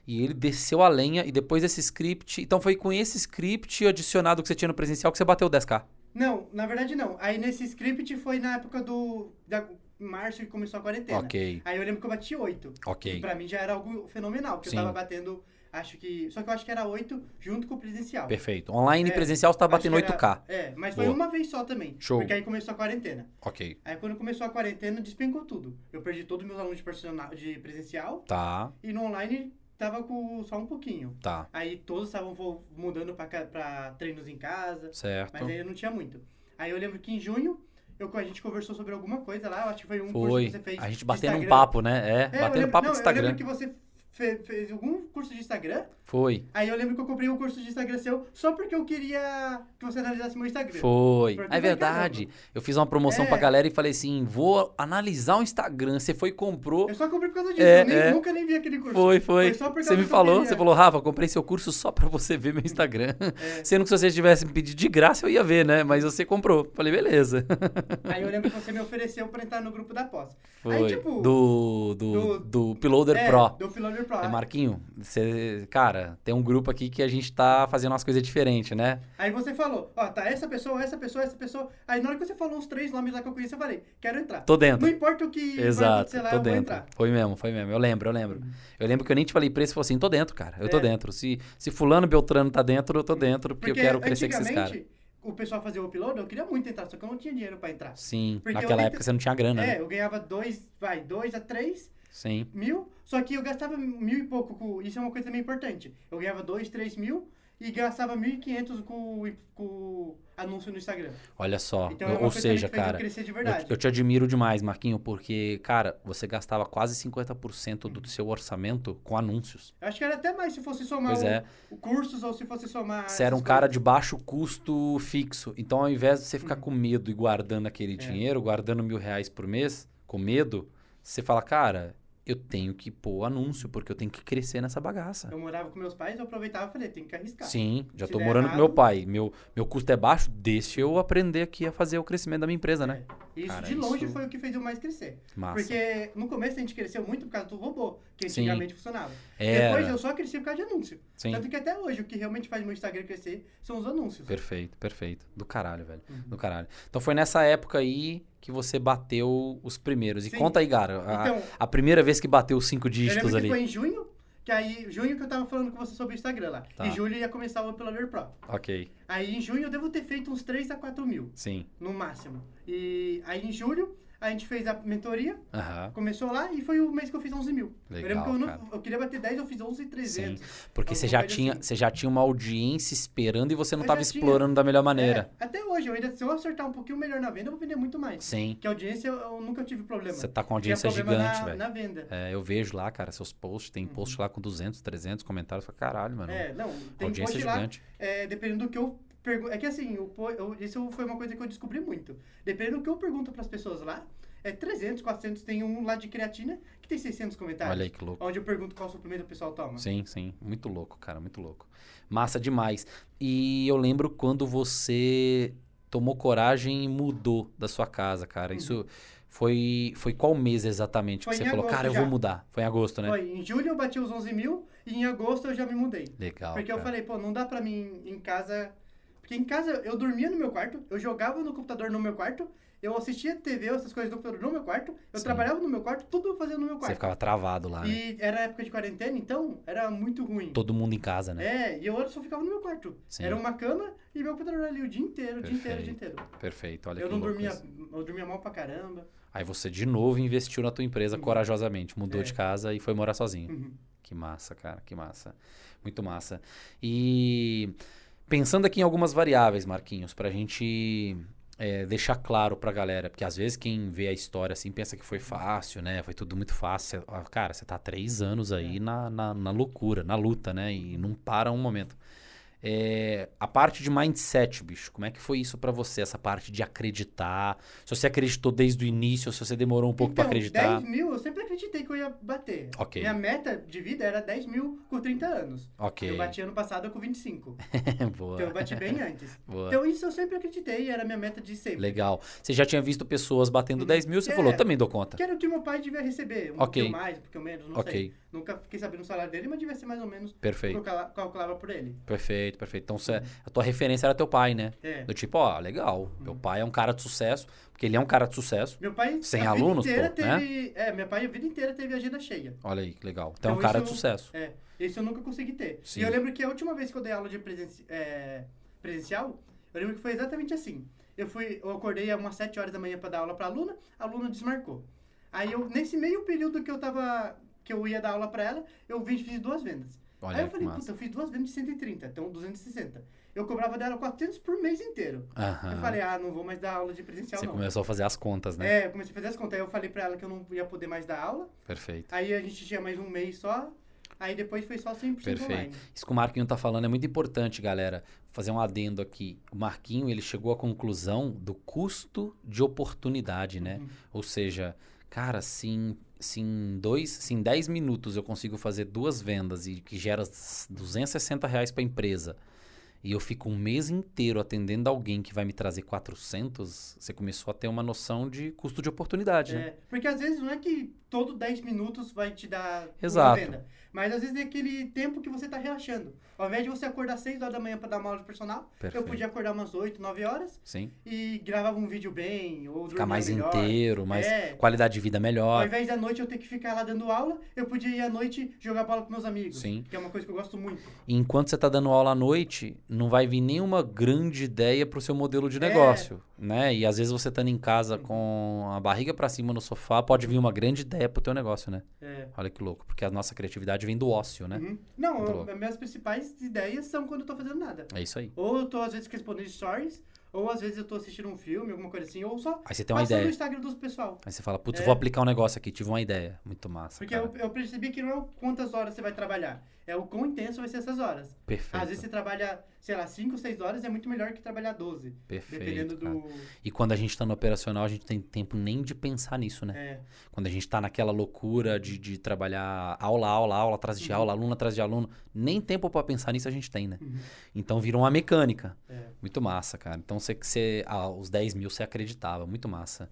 Speaker 1: e ele desceu a lenha e depois esse script. Então foi com esse script adicionado que você tinha no presencial que você bateu 10k.
Speaker 2: Não, na verdade não. Aí nesse script foi na época do. Da, março que começou a quarentena.
Speaker 1: Ok,
Speaker 2: Aí eu lembro que eu bati 8.
Speaker 1: ok.
Speaker 2: Que pra mim já era algo fenomenal, porque
Speaker 1: Sim.
Speaker 2: eu tava batendo, acho que. Só que eu acho que era 8 junto com o presencial.
Speaker 1: Perfeito. Online e
Speaker 2: É,
Speaker 1: presencial você tá
Speaker 2: Acho
Speaker 1: batendo
Speaker 2: que era-
Speaker 1: 8k.
Speaker 2: É, mas foi
Speaker 1: Boa.
Speaker 2: uma vez só também.
Speaker 1: Show.
Speaker 2: Porque aí começou a quarentena.
Speaker 1: Ok.
Speaker 2: Aí quando começou a quarentena, despencou tudo. Eu perdi todos os meus alunos de, persona- de presencial
Speaker 1: Tá,
Speaker 2: e no online tava com só um pouquinho.
Speaker 1: tá.
Speaker 2: Aí todos estavam vo- mudando pra, ca- pra treinos em casa.
Speaker 1: Certo.
Speaker 2: Mas aí eu não tinha muito. Aí eu lembro que em junho, eu, a gente conversou sobre alguma coisa lá, eu acho que foi um curso
Speaker 1: Foi.
Speaker 2: que você fez.
Speaker 1: A gente
Speaker 2: de
Speaker 1: batendo um
Speaker 2: Instagram.
Speaker 1: papo, né? É,
Speaker 2: É, eu
Speaker 1: batendo
Speaker 2: lembro-
Speaker 1: papo
Speaker 2: não,
Speaker 1: do
Speaker 2: Eu
Speaker 1: Instagram.
Speaker 2: lembro que você fe- fez algum curso de Instagram.
Speaker 1: Foi.
Speaker 2: Aí eu lembro que eu comprei um curso de Instagram seu só porque eu queria que você analisasse meu Instagram.
Speaker 1: Foi.
Speaker 2: Pra tu
Speaker 1: É
Speaker 2: ver,
Speaker 1: verdade. Eu fiz uma promoção
Speaker 2: É.
Speaker 1: pra galera e falei assim: vou analisar o Instagram. Você foi e comprou.
Speaker 2: Eu só comprei por causa disso.
Speaker 1: É,
Speaker 2: eu nem-
Speaker 1: é.
Speaker 2: nunca nem vi aquele curso.
Speaker 1: Foi, foi.
Speaker 2: só por
Speaker 1: Você
Speaker 2: causa
Speaker 1: me
Speaker 2: que eu
Speaker 1: falou,
Speaker 2: queria.
Speaker 1: você falou, Rafa, comprei seu curso só pra você ver meu Instagram.
Speaker 2: É.
Speaker 1: Sendo que se você tivesse me pedido de graça, eu ia ver, né? Mas você comprou. Falei, beleza.
Speaker 2: Aí eu lembro que você me ofereceu pra entrar no grupo da pós.
Speaker 1: Foi.
Speaker 2: tipo,
Speaker 1: do, do,
Speaker 2: do-
Speaker 1: do Piloader
Speaker 2: É,
Speaker 1: Pro.
Speaker 2: Do Piloner Pro.
Speaker 1: É, Marquinho, você, cara, tem um grupo aqui que a gente tá fazendo umas coisas diferentes, né?
Speaker 2: Aí você falou, ó, tá essa pessoa, essa pessoa, essa pessoa. Aí na hora que você falou uns três nomes lá que eu conheço, eu falei, quero entrar.
Speaker 1: Tô
Speaker 2: Não
Speaker 1: dentro.
Speaker 2: importa o que vai
Speaker 1: Exato,
Speaker 2: acontecer lá, é tá?
Speaker 1: tô
Speaker 2: eu vou
Speaker 1: dentro.
Speaker 2: entrar.
Speaker 1: Foi mesmo, foi mesmo. Eu lembro, eu lembro. Eu lembro que eu nem te falei preço, você falou assim, tô dentro, cara. Eu tô
Speaker 2: Uhum. É. Uhum.
Speaker 1: dentro. Se, se fulano Beltrano tá dentro, eu tô dentro, porque, eu quero crescer com esses caras.
Speaker 2: antigamente, o pessoal fazia o upload, eu queria muito entrar, só que eu não tinha dinheiro pra entrar.
Speaker 1: Sim,
Speaker 2: porque eu
Speaker 1: naquela
Speaker 2: nem-
Speaker 1: época você não tinha grana, né?
Speaker 2: É, eu ganhava dois, vai, dois a três
Speaker 1: Sim.
Speaker 2: mil, só que eu gastava mil e pouco com... Isso é uma coisa também importante. Eu ganhava dois, três mil e gastava mil e quinhentos com com anúncio no Instagram.
Speaker 1: Olha só.
Speaker 2: Então é uma
Speaker 1: ou
Speaker 2: coisa também
Speaker 1: seja,
Speaker 2: que fez
Speaker 1: cara,
Speaker 2: eu crescer de
Speaker 1: Eu-
Speaker 2: verdade.
Speaker 1: Eu, te admiro demais, Marquinho, porque, cara, você gastava quase 50%
Speaker 2: Uhum.
Speaker 1: do seu orçamento com anúncios.
Speaker 2: Eu acho que era até mais se fosse somar um
Speaker 1: Pois
Speaker 2: o-
Speaker 1: é,
Speaker 2: o cursos ou se fosse somar...
Speaker 1: você era um
Speaker 2: essas
Speaker 1: cara
Speaker 2: coisas.
Speaker 1: de baixo custo fixo. Então, ao invés de você ficar
Speaker 2: Uhum.
Speaker 1: com medo e guardando aquele
Speaker 2: É.
Speaker 1: dinheiro, guardando mil reais por mês, com medo, você fala, cara, eu tenho que pôr anúncio, porque eu tenho que crescer nessa bagaça.
Speaker 2: Eu morava com meus pais, eu aproveitava e falei, tem que arriscar.
Speaker 1: Sim, já
Speaker 2: se
Speaker 1: tô
Speaker 2: der
Speaker 1: morando com
Speaker 2: errado-
Speaker 1: meu pai. Meu, meu custo é baixo, deixa eu aprender aqui a fazer o crescimento da minha empresa, né?
Speaker 2: Isso
Speaker 1: Cara,
Speaker 2: de longe
Speaker 1: isso-
Speaker 2: foi o que fez eu mais crescer.
Speaker 1: Massa.
Speaker 2: É, Porque no começo a gente cresceu muito por causa do robô, que
Speaker 1: Sim.
Speaker 2: antigamente funcionava. Depois
Speaker 1: Era,
Speaker 2: eu só cresci por causa de um anúncio.
Speaker 1: É, né? sim.
Speaker 2: Tanto que até hoje o que realmente faz meu Instagram crescer são os anúncios.
Speaker 1: Perfeito, perfeito. Do caralho, velho.
Speaker 2: Uhum.
Speaker 1: Do caralho. Então foi nessa época aí que você bateu os primeiros. E
Speaker 2: Sim.
Speaker 1: conta aí, cara, a,
Speaker 2: Então,
Speaker 1: a primeira vez que bateu os cinco
Speaker 2: eu
Speaker 1: dígitos
Speaker 2: lembro que
Speaker 1: ah, ali.
Speaker 2: foi em junho, que aí, junho que eu tava falando com você sobre o Instagram lá.
Speaker 1: Tá.
Speaker 2: Em julho ia começar o Uploader Pro.
Speaker 1: Ok,
Speaker 2: Aí em junho eu devo ter feito uns 3 a 4 mil,
Speaker 1: sim.
Speaker 2: no máximo. E aí em julho a gente fez a mentoria,
Speaker 1: Aham,
Speaker 2: começou lá e foi o mês que eu fiz 11 mil. eu
Speaker 1: legal,
Speaker 2: lembro que eu, não-
Speaker 1: cara.
Speaker 2: eu queria bater 10, eu fiz 11,300.
Speaker 1: Porque
Speaker 2: alguma
Speaker 1: você já,
Speaker 2: coisa
Speaker 1: tinha,
Speaker 2: assim.
Speaker 1: você já tinha uma audiência esperando e você não
Speaker 2: Eu
Speaker 1: estava
Speaker 2: já tinha.
Speaker 1: explorando da melhor maneira.
Speaker 2: É, até hoje, eu ainda, se eu acertar um pouquinho melhor na venda, eu vou vender muito mais.
Speaker 1: Sim.
Speaker 2: Porque audiência eu, eu nunca tive problema.
Speaker 1: Você tá com uma
Speaker 2: Tinha
Speaker 1: audiência
Speaker 2: problema
Speaker 1: gigante,
Speaker 2: na,
Speaker 1: velho.
Speaker 2: na venda.
Speaker 1: É, eu vejo lá, cara, seus posts. Tem
Speaker 2: Uhum.
Speaker 1: post lá com 200, 300 comentários. Eu falo, caralho, mano.
Speaker 2: É, não, tem
Speaker 1: audiência
Speaker 2: post lá,
Speaker 1: gigante.
Speaker 2: é, dependendo do que eu pergunto. É que assim, o po- eu- isso foi uma coisa que eu descobri muito. Dependendo do que eu pergunto pras pessoas lá, é 300, 400, tem um lá de creatina que tem 600 comentários.
Speaker 1: Olha aí que louco.
Speaker 2: Onde eu pergunto qual suplemento o pessoal toma.
Speaker 1: Sim, sim. Muito louco, cara, muito louco. Massa demais. E eu lembro quando você tomou coragem e mudou da sua casa, cara.
Speaker 2: Uhum.
Speaker 1: Isso foi, foi qual mês exatamente
Speaker 2: Foi
Speaker 1: que você
Speaker 2: em
Speaker 1: falou,
Speaker 2: agosto
Speaker 1: cara, eu
Speaker 2: já.
Speaker 1: vou mudar? Foi em agosto, né?
Speaker 2: Foi, em julho eu bati os 11 mil e em agosto eu já me mudei.
Speaker 1: Legal.
Speaker 2: Porque eu
Speaker 1: cara.
Speaker 2: falei, pô, não dá pra mim em casa. Porque em casa eu dormia no meu quarto, eu jogava no computador no meu quarto, eu assistia TV, essas coisas no computador no meu quarto, eu
Speaker 1: Sim.
Speaker 2: trabalhava no meu quarto, tudo eu fazia no meu
Speaker 1: Você
Speaker 2: quarto.
Speaker 1: ficava travado lá, né?
Speaker 2: E era época de quarentena, então era muito ruim.
Speaker 1: Todo mundo em casa, né?
Speaker 2: É, e eu só ficava no meu quarto.
Speaker 1: Sim.
Speaker 2: Era uma cama e meu computador ali o dia inteiro, o dia inteiro, o dia inteiro.
Speaker 1: Perfeito, olha
Speaker 2: um eu
Speaker 1: que
Speaker 2: não
Speaker 1: louco
Speaker 2: dormia,
Speaker 1: isso.
Speaker 2: eu dormia mal pra caramba.
Speaker 1: Aí você de novo investiu na tua empresa
Speaker 2: Uhum.
Speaker 1: corajosamente, mudou
Speaker 2: É.
Speaker 1: de casa e foi morar sozinho.
Speaker 2: Uhum.
Speaker 1: Que massa, cara, que massa. Muito massa. E pensando aqui em algumas variáveis, Marquinhos, pra gente é, deixar claro pra galera, porque às vezes quem vê a história assim pensa que foi fácil, né? Foi tudo muito fácil. Ah, Cara, você tá há três anos
Speaker 2: É.
Speaker 1: aí na, na, na loucura, na luta, né? E não para um momento. É, a parte de mindset, bicho, como é que foi isso pra você? Essa parte de acreditar? Se você acreditou desde o início, ou se você demorou um pouco pra
Speaker 2: Então,
Speaker 1: acreditar?
Speaker 2: 10 mil, eu sempre acreditei que eu ia bater.
Speaker 1: Ok,
Speaker 2: Minha meta de vida era 10 mil com 30 anos. Eu
Speaker 1: ok.
Speaker 2: bati ano passado com 25.
Speaker 1: boa,
Speaker 2: Então eu bati bem antes.
Speaker 1: boa.
Speaker 2: Então isso eu sempre acreditei, era a minha meta de sempre.
Speaker 1: Legal. Você já tinha visto pessoas batendo
Speaker 2: Uhum.
Speaker 1: 10 mil, você
Speaker 2: É.
Speaker 1: falou, também dou conta.
Speaker 2: Que era o que meu pai devia receber, um
Speaker 1: Ok.
Speaker 2: pouquinho mais, um pouquinho menos, não sei.
Speaker 1: ok,
Speaker 2: Nunca fiquei sabendo o salário dele, mas devia ser mais ou menos o que
Speaker 1: perfeito,
Speaker 2: eu cala- calculava por ele.
Speaker 1: perfeito, perfeito. Então você, a tua referência era teu pai, né?
Speaker 2: É.
Speaker 1: Do tipo, ó, legal,
Speaker 2: Uhum.
Speaker 1: meu pai é um cara de sucesso, porque ele é um cara de sucesso.
Speaker 2: Meu pai
Speaker 1: Sem
Speaker 2: a
Speaker 1: alunos,
Speaker 2: vida inteira
Speaker 1: pô, né?
Speaker 2: teve. É, meu pai a vida inteira teve agenda cheia.
Speaker 1: Olha aí, que legal. Então é um
Speaker 2: Então,
Speaker 1: cara de
Speaker 2: isso-
Speaker 1: sucesso.
Speaker 2: É. Isso eu nunca consegui ter.
Speaker 1: Sim.
Speaker 2: E eu lembro que a última vez que eu dei aula de presen- é, presencial, eu lembro que foi exatamente assim. Eu fui, eu acordei umas 7 horas da manhã pra dar aula pra aluna, a aluna desmarcou. Aí eu, nesse meio período que eu tava. que eu ia dar aula pra ela, eu vim- fiz duas vendas.
Speaker 1: Olha
Speaker 2: aí
Speaker 1: aí,
Speaker 2: eu
Speaker 1: que
Speaker 2: falei,
Speaker 1: massa.
Speaker 2: puta, eu fiz duas vendas de 130, então 260. Eu cobrava dela 400 por mês inteiro. Eu
Speaker 1: Aham.
Speaker 2: falei, ah, não vou mais dar aula de presencial,
Speaker 1: Você
Speaker 2: não.
Speaker 1: começou a fazer as contas, né?
Speaker 2: É, eu comecei a fazer as contas. Aí eu falei pra ela que eu não ia poder mais dar aula.
Speaker 1: Perfeito.
Speaker 2: Aí a gente tinha mais um mês só. Aí depois foi só 100%
Speaker 1: Perfeito.
Speaker 2: online.
Speaker 1: Isso que o Marquinho tá falando é muito importante, galera. Vou fazer um adendo aqui. O Marquinho, ele chegou à conclusão do custo de oportunidade, né?
Speaker 2: Uhum.
Speaker 1: Ou seja, cara, se em, se em dois, se em 10 minutos eu consigo fazer duas vendas e que gera s- 260 reais para a empresa, e eu fico um mês inteiro atendendo alguém que vai me trazer 400, você começou a ter uma noção de custo de oportunidade, né?
Speaker 2: É, porque às vezes não é que todo 10 minutos vai te dar
Speaker 1: Exato.
Speaker 2: uma venda. Mas às vezes é aquele tempo que você tá relaxando. Ao invés de você acordar 6 horas da manhã para dar uma aula de personal,
Speaker 1: Perfeito.
Speaker 2: eu podia acordar umas 8, 9 horas
Speaker 1: Sim.
Speaker 2: e gravava um vídeo bem, ou
Speaker 1: Ficar
Speaker 2: dormia
Speaker 1: mais
Speaker 2: melhor.
Speaker 1: inteiro, mais
Speaker 2: É.
Speaker 1: qualidade de vida
Speaker 2: Ao
Speaker 1: melhor.
Speaker 2: invés da noite eu ter que ficar lá dando aula, eu podia ir à noite jogar bola com meus amigos.
Speaker 1: Sim.
Speaker 2: Que é uma coisa que eu gosto muito.
Speaker 1: E enquanto você está dando aula à noite, não vai vir nenhuma grande ideia para o seu modelo
Speaker 2: É.
Speaker 1: de negócio, né? E às vezes você estando em casa com a barriga para cima no sofá, pode vir uma grande ideia para o teu negócio, né?
Speaker 2: É.
Speaker 1: Olha que louco, porque a nossa criatividade vem do ócio, né?
Speaker 2: Uhum. Não,
Speaker 1: Muito
Speaker 2: eu-
Speaker 1: louco.
Speaker 2: minhas principais ideias são quando eu tô fazendo nada.
Speaker 1: É isso aí.
Speaker 2: Ou eu tô às vezes respondendo stories, ou às vezes eu tô assistindo um filme, alguma coisa assim, ou só
Speaker 1: Aí você tem uma
Speaker 2: passando
Speaker 1: Então, ideia. é
Speaker 2: no Instagram dos pessoal.
Speaker 1: Aí você fala, putz,
Speaker 2: É.
Speaker 1: vou aplicar um negócio aqui, tive uma ideia. Muito massa.
Speaker 2: Porque
Speaker 1: cara.
Speaker 2: eu, eu percebi que não é o quantas horas você vai trabalhar, é o quão intenso vai ser essas horas.
Speaker 1: Perfeito.
Speaker 2: Às vezes você trabalha, sei lá, 5, 6 horas é muito melhor que trabalhar 12.
Speaker 1: perfeito.
Speaker 2: Dependendo
Speaker 1: cara.
Speaker 2: do.
Speaker 1: E quando a gente está no operacional, a gente não tem tempo nem de pensar nisso, né?
Speaker 2: É,
Speaker 1: Quando a gente tá naquela loucura de, de trabalhar aula, aula, aula atrás de
Speaker 2: Uhum.
Speaker 1: aula, aluno atrás de aluno, nem tempo pra pensar nisso a gente tem, né?
Speaker 2: Uhum.
Speaker 1: Então virou uma mecânica.
Speaker 2: é.
Speaker 1: Muito massa, cara. Então você, você ah, os 10 mil você acreditava, muito massa.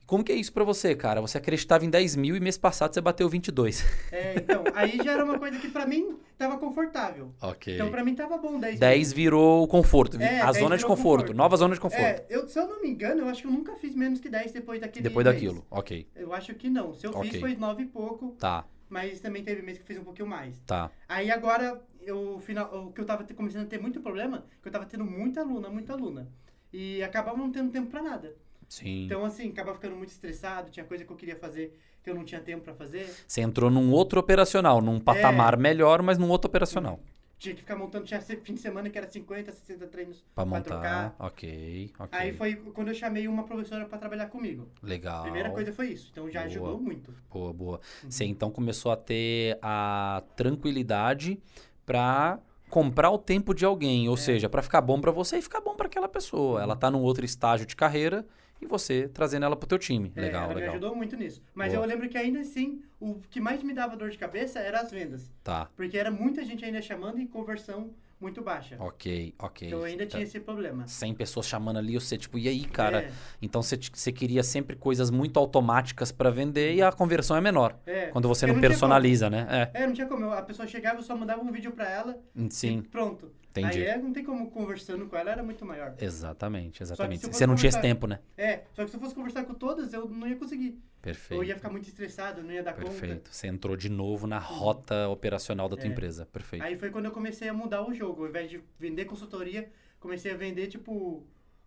Speaker 1: E Como que é isso pra você, cara? Você acreditava em 10 mil e mês passado você bateu 22.
Speaker 2: É, então, aí já era uma coisa que pra mim tava confortável.
Speaker 1: Ok.
Speaker 2: Então pra mim tava bom 10
Speaker 1: 10 virou o conforto, vi-
Speaker 2: É,
Speaker 1: a
Speaker 2: 10
Speaker 1: zona de
Speaker 2: virou
Speaker 1: conforto,
Speaker 2: conforto.
Speaker 1: nova zona de conforto.
Speaker 2: É, eu, se eu não me engano, eu acho que eu nunca fiz menos que 10 depois daquele
Speaker 1: Depois
Speaker 2: mês.
Speaker 1: daquilo, ok.
Speaker 2: Eu acho que não. Se eu
Speaker 1: Ok.
Speaker 2: fiz foi 9 e pouco,
Speaker 1: Tá,
Speaker 2: mas também teve mês que eu fiz um pouquinho mais.
Speaker 1: tá.
Speaker 2: Aí agora, eu, final, o que eu tava te- começando a ter muito problema, que eu tava tendo muita aluna, muita aluna. E acabava não tendo tempo pra nada.
Speaker 1: Sim.
Speaker 2: Então, assim, acabava ficando muito estressado, tinha coisa que eu queria fazer que eu não tinha tempo pra fazer.
Speaker 1: Você entrou num outro operacional, num patamar
Speaker 2: É.
Speaker 1: melhor, mas num outro operacional.
Speaker 2: Tinha que ficar montando, tinha se- fim de semana que era 50, 60 treinos.
Speaker 1: Pra
Speaker 2: Pra
Speaker 1: montar. Ok, ok.
Speaker 2: Aí foi quando eu chamei uma professora pra trabalhar comigo.
Speaker 1: Legal.
Speaker 2: A primeira coisa foi isso, então já
Speaker 1: Ah, Boa.
Speaker 2: ajudou muito.
Speaker 1: Boa, boa.
Speaker 2: Uhum.
Speaker 1: Você então começou a ter a tranquilidade pra comprar o tempo de alguém, ou
Speaker 2: É.
Speaker 1: seja, pra ficar bom pra você e ficar bom pra aquela
Speaker 2: Uhum.
Speaker 1: pessoa. Ela tá num outro estágio de carreira e você trazendo ela pro teu time.
Speaker 2: É,
Speaker 1: legal,
Speaker 2: ela me
Speaker 1: legal.
Speaker 2: ajudou muito nisso. Mas
Speaker 1: Boa.
Speaker 2: eu lembro que ainda assim, o que mais me dava dor de cabeça era as vendas.
Speaker 1: Tá.
Speaker 2: Porque era muita gente ainda chamando e conversão muito baixa.
Speaker 1: OK, OK.
Speaker 2: Então eu ainda
Speaker 1: Tá.
Speaker 2: tinha esse problema.
Speaker 1: 100 pessoas chamando ali, você tipo, e aí, cara?
Speaker 2: É,
Speaker 1: Então você t- você queria sempre coisas muito automáticas pra vender e a conversão é menor.
Speaker 2: É,
Speaker 1: Quando você
Speaker 2: Porque
Speaker 1: não,
Speaker 2: não tinha
Speaker 1: personaliza, né?
Speaker 2: é, não tinha como. eu- A pessoa chegava, eu só mandava um vídeo pra ela
Speaker 1: É, sim,
Speaker 2: e pronto.
Speaker 1: entendi.
Speaker 2: Aí é, não tem como conversando com ela, era muito maior.
Speaker 1: Exatamente, exatamente.
Speaker 2: se eu
Speaker 1: Você não tinha esse
Speaker 2: fosse
Speaker 1: tempo, né?
Speaker 2: É, só que se eu fosse conversar com todas, eu não ia conseguir.
Speaker 1: Perfeito.
Speaker 2: Eu ia ficar muito estressado, não ia dar conta. Uhum.
Speaker 1: Perfeito. Você entrou de novo na rota operacional da tua
Speaker 2: É.
Speaker 1: empresa. Perfeito.
Speaker 2: Aí foi quando eu comecei a mudar o jogo. Ao invés de vender consultoria, comecei a vender, tipo,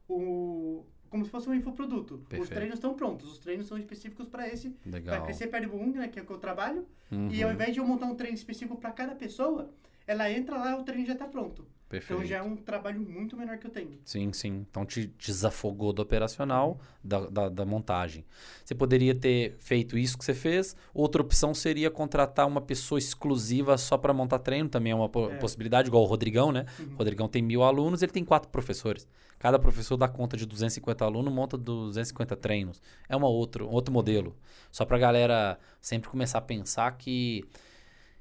Speaker 2: o. Como se fosse um infoproduto. Os
Speaker 1: Perfeito.
Speaker 2: treinos estão prontos, os treinos são específicos pra esse, pra
Speaker 1: Legal.
Speaker 2: crescer Peribung, né, que é o que eu trabalho.
Speaker 1: Uhum,
Speaker 2: E ao invés de eu montar um treino específico pra cada pessoa, ela entra lá, o treino já tá pronto.
Speaker 1: Perfeito.
Speaker 2: Então já é um trabalho muito menor que eu tenho.
Speaker 1: Sim, sim. Então te desafogou do operacional, da, da, da montagem. Você poderia ter feito isso que você fez. Outra opção seria contratar uma pessoa exclusiva só para montar treino, também é uma po-
Speaker 2: É.
Speaker 1: possibilidade, igual o Rodrigão, né?
Speaker 2: Uhum.
Speaker 1: O Rodrigão tem mil alunos, ele tem quatro professores. Cada professor dá conta de 250 alunos, monta 250 treinos. É uma outro, outro modelo. Só para galera sempre começar a pensar que.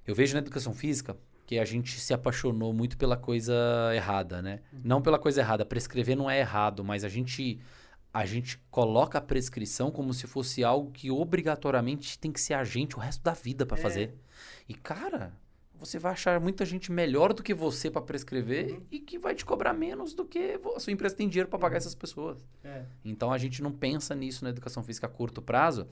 Speaker 1: Eu vejo na educação física que a gente se apaixonou muito pela coisa errada, né?
Speaker 2: Uhum.
Speaker 1: Não pela coisa errada, prescrever não é errado, mas a gente a gente coloca a prescrição como se fosse algo que obrigatoriamente tem que ser a gente o resto da vida pra
Speaker 2: É.
Speaker 1: fazer. E cara, você vai achar muita gente melhor do que você pra prescrever
Speaker 2: Uhum.
Speaker 1: e que vai te cobrar menos do que vo- a sua empresa tem dinheiro pra pagar essas pessoas.
Speaker 2: É.
Speaker 1: Então a gente não pensa nisso na educação física a curto prazo,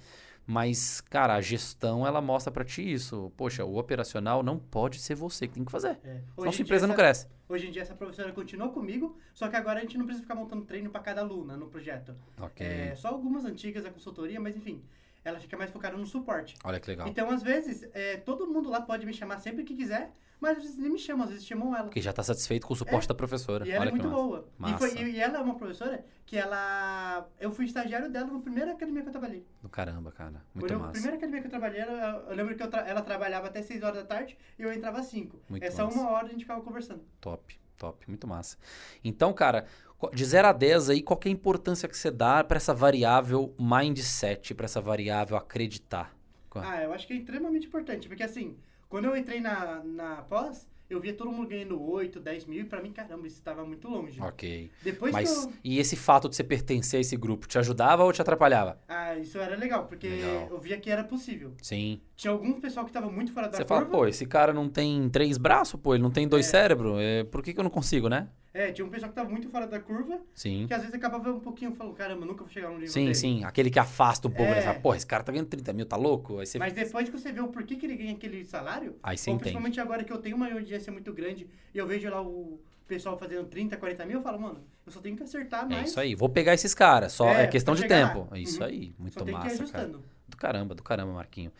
Speaker 1: mas, cara, a gestão ela mostra pra ti isso. Poxa, o operacional não pode ser você que tem que fazer.
Speaker 2: É.
Speaker 1: Senão
Speaker 2: Hoje
Speaker 1: sua
Speaker 2: em
Speaker 1: empresa
Speaker 2: dia,
Speaker 1: não
Speaker 2: essa-
Speaker 1: cresce.
Speaker 2: Hoje em dia essa professora continuou comigo, só que agora a gente não precisa ficar montando treino pra cada aluna no projeto.
Speaker 1: Ok.
Speaker 2: É, só algumas antigas da consultoria, mas enfim. ela fica mais focada no suporte.
Speaker 1: Olha que legal.
Speaker 2: Então, às vezes, é, todo mundo lá pode me chamar sempre que quiser, mas às vezes nem me chamam, às vezes chamam ela.
Speaker 1: Porque já tá satisfeito com o suporte da professora.
Speaker 2: E ela
Speaker 1: Olha
Speaker 2: é muito
Speaker 1: que massa.
Speaker 2: boa.
Speaker 1: Massa.
Speaker 2: E, foi- e- e ela é uma professora que ela. Eu fui estagiário dela na primeira academia que eu trabalhei.
Speaker 1: Do caramba, cara.
Speaker 2: Quando
Speaker 1: Muito
Speaker 2: eu-
Speaker 1: massa.
Speaker 2: A primeira academia que eu trabalhei, ela- eu lembro que eu tra- ela trabalhava até 6 horas da tarde e eu entrava às 5.
Speaker 1: Muito
Speaker 2: Essa
Speaker 1: massa.
Speaker 2: uma hora a gente ficava conversando.
Speaker 1: Top, top. Muito massa. Então, cara, co- de 0 a 10 aí, qual que é a importância que você dá pra essa variável mindset, pra essa variável acreditar? Tá.
Speaker 2: Ah, eu acho que é extremamente importante, porque assim, quando eu entrei na, na pós, eu via todo mundo ganhando 8, 10 mil e pra mim, caramba, isso estava muito longe.
Speaker 1: Ok.
Speaker 2: Depois
Speaker 1: Mas
Speaker 2: que eu...
Speaker 1: e esse fato de você pertencer a esse grupo te ajudava ou te atrapalhava?
Speaker 2: Ah, isso era legal, porque
Speaker 1: Legal.
Speaker 2: eu via que era possível.
Speaker 1: Sim.
Speaker 2: Tinha algum pessoal que tava muito fora da
Speaker 1: Você fala,
Speaker 2: curva.
Speaker 1: pô, esse cara não tem três braços, pô, ele não tem dois
Speaker 2: É.
Speaker 1: cérebros, é, por que, que eu não consigo, né?
Speaker 2: É, tinha um pessoal que tava muito fora da curva,
Speaker 1: Sim.
Speaker 2: que às vezes acabava um pouquinho falando, caramba, nunca vou chegar no nível
Speaker 1: Hum. Sim,
Speaker 2: dele.
Speaker 1: sim. Aquele que afasta um pouco,
Speaker 2: É.
Speaker 1: né? Você fala, Porra, esse cara tá ganhando 30 mil, tá louco? Aí você,
Speaker 2: Mas depois que você vê o porquê que ele ganha aquele salário,
Speaker 1: aí você
Speaker 2: ou
Speaker 1: entende.
Speaker 2: principalmente agora que eu tenho uma audiência muito grande e eu vejo lá o pessoal fazendo 30, 40 mil, eu falo, mano, eu só tenho que acertar
Speaker 1: É
Speaker 2: mais.
Speaker 1: isso aí. Vou pegar esses caras, só é,
Speaker 2: É,
Speaker 1: questão
Speaker 2: pra
Speaker 1: de
Speaker 2: chegar
Speaker 1: tempo.
Speaker 2: lá.
Speaker 1: É isso
Speaker 2: Uhum.
Speaker 1: aí. Muito
Speaker 2: só tem que ir
Speaker 1: massa, cara.
Speaker 2: ajustando.
Speaker 1: Do caramba, do caramba, Marquinho.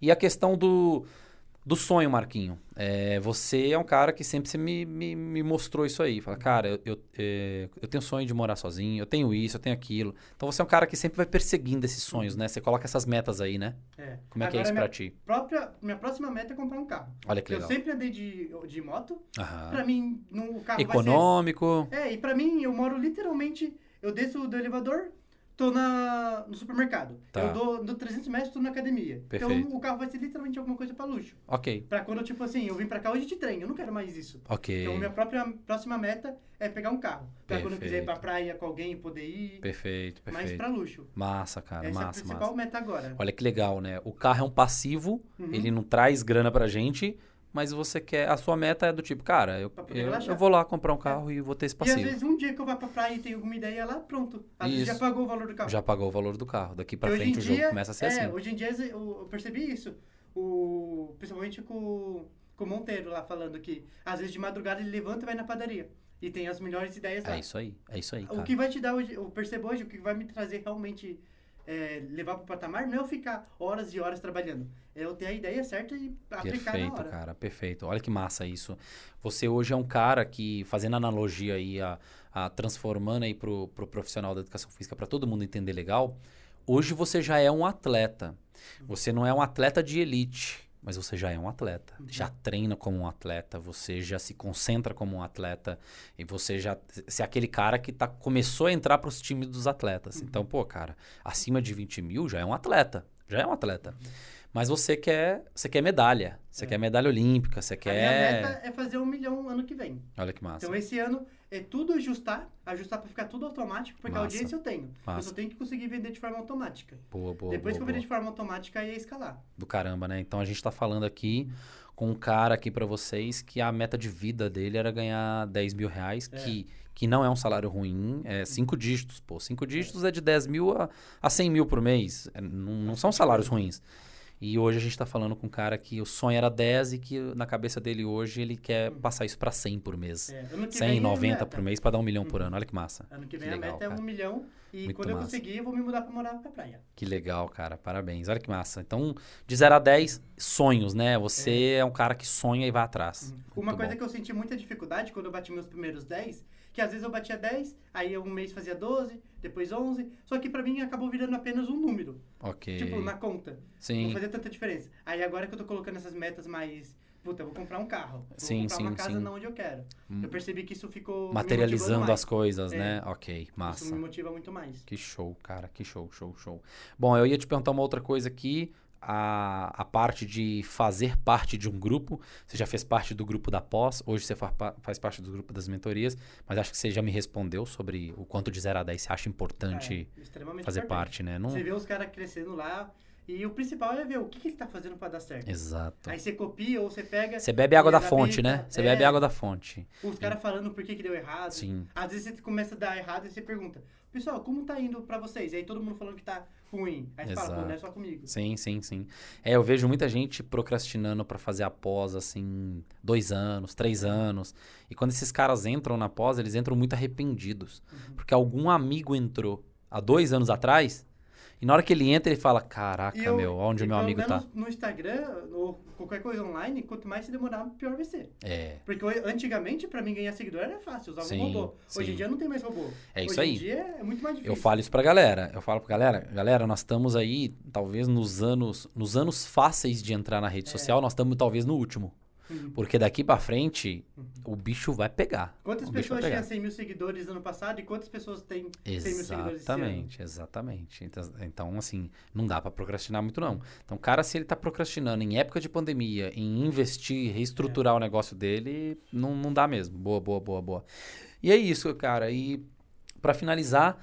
Speaker 1: E a questão do, do sonho, Marquinho. É, você é um cara que sempre você me, me, me mostrou isso aí. Fala, cara, eu, eu, é, eu tenho sonho de morar sozinho, eu tenho isso, eu tenho aquilo. Então você é um cara que sempre vai perseguindo esses sonhos, né? Você coloca essas metas aí, né?
Speaker 2: É.
Speaker 1: Como é que é
Speaker 2: Agora,
Speaker 1: isso
Speaker 2: minha
Speaker 1: pra ti?
Speaker 2: própria Minha próxima meta é comprar um carro.
Speaker 1: Olha que
Speaker 2: Eu
Speaker 1: legal.
Speaker 2: sempre andei de, de moto.
Speaker 1: Aham.
Speaker 2: Pra é mim, no o carro
Speaker 1: Econômico.
Speaker 2: vai ser... É, e pra mim, eu moro literalmente... Eu desço do elevador, tô na, no supermercado.
Speaker 1: Tá.
Speaker 2: Eu dou, dou 300 metros, tô na academia.
Speaker 1: Perfeito.
Speaker 2: Então, o carro vai ser literalmente alguma coisa pra luxo.
Speaker 1: Ok,
Speaker 2: Pra quando, tipo assim, eu vim pra cá hoje de trem. Eu não quero mais isso.
Speaker 1: ok.
Speaker 2: Então, minha própria próxima meta é pegar um carro. Pra quando eu quiser ir pra
Speaker 1: Perfeito.
Speaker 2: praia com alguém, poder ir.
Speaker 1: Perfeito,
Speaker 2: Mas
Speaker 1: perfeito.
Speaker 2: pra luxo.
Speaker 1: Massa, cara,
Speaker 2: Essa é a
Speaker 1: massa,
Speaker 2: principal
Speaker 1: massa.
Speaker 2: meta agora.
Speaker 1: Olha que legal, né? O carro é um passivo,
Speaker 2: Uhum.
Speaker 1: ele tipo não traz grana pra gente, mas você quer. A sua meta é do tipo, cara, eu,
Speaker 2: Pra poder
Speaker 1: eu,
Speaker 2: relaxar.
Speaker 1: eu vou lá comprar um carro e vou ter esse
Speaker 2: E às
Speaker 1: passivo.
Speaker 2: vezes um dia que eu vá pra praia e tenho alguma ideia lá, pronto. Às vezes já
Speaker 1: Isso.
Speaker 2: pagou o valor do carro.
Speaker 1: Já pagou o valor do carro. Daqui pra
Speaker 2: E
Speaker 1: frente o jogo começa a ser
Speaker 2: é,
Speaker 1: assim.
Speaker 2: Hoje em dia eu eu percebi isso. O, principalmente com, com o Monteiro lá falando que às vezes de madrugada ele levanta e vai na padaria. E tem as melhores ideias lá.
Speaker 1: É isso aí, é isso aí,
Speaker 2: o
Speaker 1: cara.
Speaker 2: que vai te dar hoje, eu percebo hoje, o que vai me trazer realmente é, levar pro patamar não é eu ficar horas e horas trabalhando. É eu ter a ideia certa e aplicar na
Speaker 1: Perfeito,
Speaker 2: hora.
Speaker 1: cara, perfeito. Olha que massa isso. Você hoje é um cara que, fazendo analogia aí, a, a- transformando aí pro, pro profissional da educação física para todo mundo entender legal, hoje você já é um atleta.
Speaker 2: Uhum.
Speaker 1: Você não é um atleta de elite, mas você já é um atleta.
Speaker 2: Uhum.
Speaker 1: Já treina como um atleta, você já se concentra como um atleta e você já você é aquele cara que tá, começou a entrar pros times dos
Speaker 2: Uhum.
Speaker 1: atletas. Então, pô, cara, acima de 20 mil já é um atleta. Já é um atleta. Mas você quer, você quer medalha. Você
Speaker 2: É.
Speaker 1: quer medalha olímpica, você
Speaker 2: A minha
Speaker 1: quer.
Speaker 2: meta é fazer um milhão ano que vem.
Speaker 1: Olha que massa.
Speaker 2: Então esse ano é tudo ajustar, ajustar pra ficar tudo automático, porque a
Speaker 1: Massa.
Speaker 2: audiência eu tenho. Eu
Speaker 1: Massa.
Speaker 2: só tenho que conseguir vender de forma automática.
Speaker 1: Boa, boa,
Speaker 2: Depois que
Speaker 1: boa,
Speaker 2: eu
Speaker 1: boa.
Speaker 2: virei de forma automática, ia escalar.
Speaker 1: Do caramba, né? Então a gente tá falando aqui com um cara aqui pra vocês que a meta de vida dele era ganhar 10 mil reais,
Speaker 2: É.
Speaker 1: que, que não é um salário ruim, é cinco dígitos, pô. Cinco dígitos é de 10 mil a, a 100 mil por mês. É, não, não são salários ruins. E hoje a gente tá falando com um cara que o sonho era 10 e que na cabeça dele hoje ele quer
Speaker 2: Uhum.
Speaker 1: passar isso pra 100 por mês.
Speaker 2: É, ano que
Speaker 1: 100,
Speaker 2: vem é a
Speaker 1: 90
Speaker 2: meta. Uhum.
Speaker 1: por mês pra dar um milhão por ano. Olha que massa.
Speaker 2: Ano que vem
Speaker 1: Que
Speaker 2: a
Speaker 1: legal,
Speaker 2: meta é
Speaker 1: cara.
Speaker 2: um milhão e
Speaker 1: Muito
Speaker 2: quando eu
Speaker 1: massa.
Speaker 2: conseguir eu vou me mudar pra morar pra praia.
Speaker 1: Que legal, cara. Parabéns. Olha que massa. Então, de 0 a 10, sonhos, né? Você é, um cara que sonha e vai atrás.
Speaker 2: Uhum. Uma
Speaker 1: Muito
Speaker 2: coisa
Speaker 1: bom.
Speaker 2: que eu senti muita dificuldade quando eu bati meus primeiros 10, que às vezes eu batia 10, aí eu um mês fazia 12, depois 11, só que pra mim acabou virando apenas um número,
Speaker 1: Ok.
Speaker 2: tipo, na conta. Não
Speaker 1: É. Sim.
Speaker 2: fazia tanta diferença. Aí agora que eu tô colocando essas metas mais, puta, eu vou comprar um carro, vou
Speaker 1: Sim,
Speaker 2: comprar
Speaker 1: sim,
Speaker 2: uma casa
Speaker 1: sim.
Speaker 2: na onde eu quero.
Speaker 1: Hum.
Speaker 2: Eu percebi que isso ficou me
Speaker 1: Materializando
Speaker 2: motivando
Speaker 1: as coisas,
Speaker 2: É.
Speaker 1: né? Ok,
Speaker 2: mais. Isso
Speaker 1: massa.
Speaker 2: me motiva muito mais.
Speaker 1: Que show, cara. Que show, show, show. Bom, eu ia te perguntar uma outra coisa aqui. A, a parte de fazer parte de um grupo. Você já fez parte do grupo da pós, hoje você fa- pa- faz parte do grupo das mentorias, mas acho que você já me respondeu sobre o quanto de 0 a 10 você acha importante
Speaker 2: É, extremamente
Speaker 1: fazer
Speaker 2: importante.
Speaker 1: parte, né? Não...
Speaker 2: Você vê os caras crescendo lá e o principal é ver o que, que ele tá fazendo pra dar certo.
Speaker 1: Exato.
Speaker 2: Aí você copia ou você pega
Speaker 1: Você bebe água da
Speaker 2: da
Speaker 1: fonte,
Speaker 2: vida.
Speaker 1: né? Você
Speaker 2: É.
Speaker 1: bebe água da fonte.
Speaker 2: os caras falando por que, que deu errado.
Speaker 1: Sim.
Speaker 2: Às vezes você começa a dar errado e você pergunta, pessoal, como tá indo pra vocês? E aí todo mundo falando que tá ruim. Aí você fala,
Speaker 1: Exato.
Speaker 2: pô, não é só comigo.
Speaker 1: Sim, sim, sim. É, eu vejo muita gente procrastinando pra fazer a pós, assim, dois anos, três anos. E quando esses caras entram na pós, eles entram muito arrependidos.
Speaker 2: Uhum.
Speaker 1: Porque algum amigo entrou há dois anos atrás E na hora que ele entra, ele fala: Caraca,
Speaker 2: E eu-
Speaker 1: meu, onde o
Speaker 2: e
Speaker 1: meu
Speaker 2: pelo
Speaker 1: amigo tá.
Speaker 2: menos No Instagram ou qualquer coisa online, quanto mais se demorar, pior vai ser.
Speaker 1: É,
Speaker 2: Porque eu- antigamente, pra mim ganhar seguidor era fácil, usava
Speaker 1: Sim,
Speaker 2: um robô. Hoje
Speaker 1: sim.
Speaker 2: em dia não tem mais robô.
Speaker 1: é isso
Speaker 2: Hoje
Speaker 1: aí.
Speaker 2: em dia é muito mais difícil.
Speaker 1: Eu falo isso pra galera. Eu falo pra galera, galera, nós estamos aí, talvez nos anos, nos anos fáceis de entrar na rede
Speaker 2: É.
Speaker 1: social, nós estamos talvez no último.
Speaker 2: Uhum.
Speaker 1: Porque daqui pra frente,
Speaker 2: Uhum.
Speaker 1: o bicho vai pegar.
Speaker 2: Quantas
Speaker 1: o bicho vai
Speaker 2: pessoas
Speaker 1: pegar.
Speaker 2: tinham 100 mil seguidores ano passado e quantas pessoas têm 100 mil seguidores esse ano?
Speaker 1: Exatamente, exatamente. Então, então, assim, não dá pra procrastinar muito, não. Então, o cara, se ele tá procrastinando em época de pandemia, em investir, reestruturar
Speaker 2: É.
Speaker 1: o negócio dele, não, não dá mesmo. Boa, boa, boa, boa. E é isso, cara. E pra finalizar,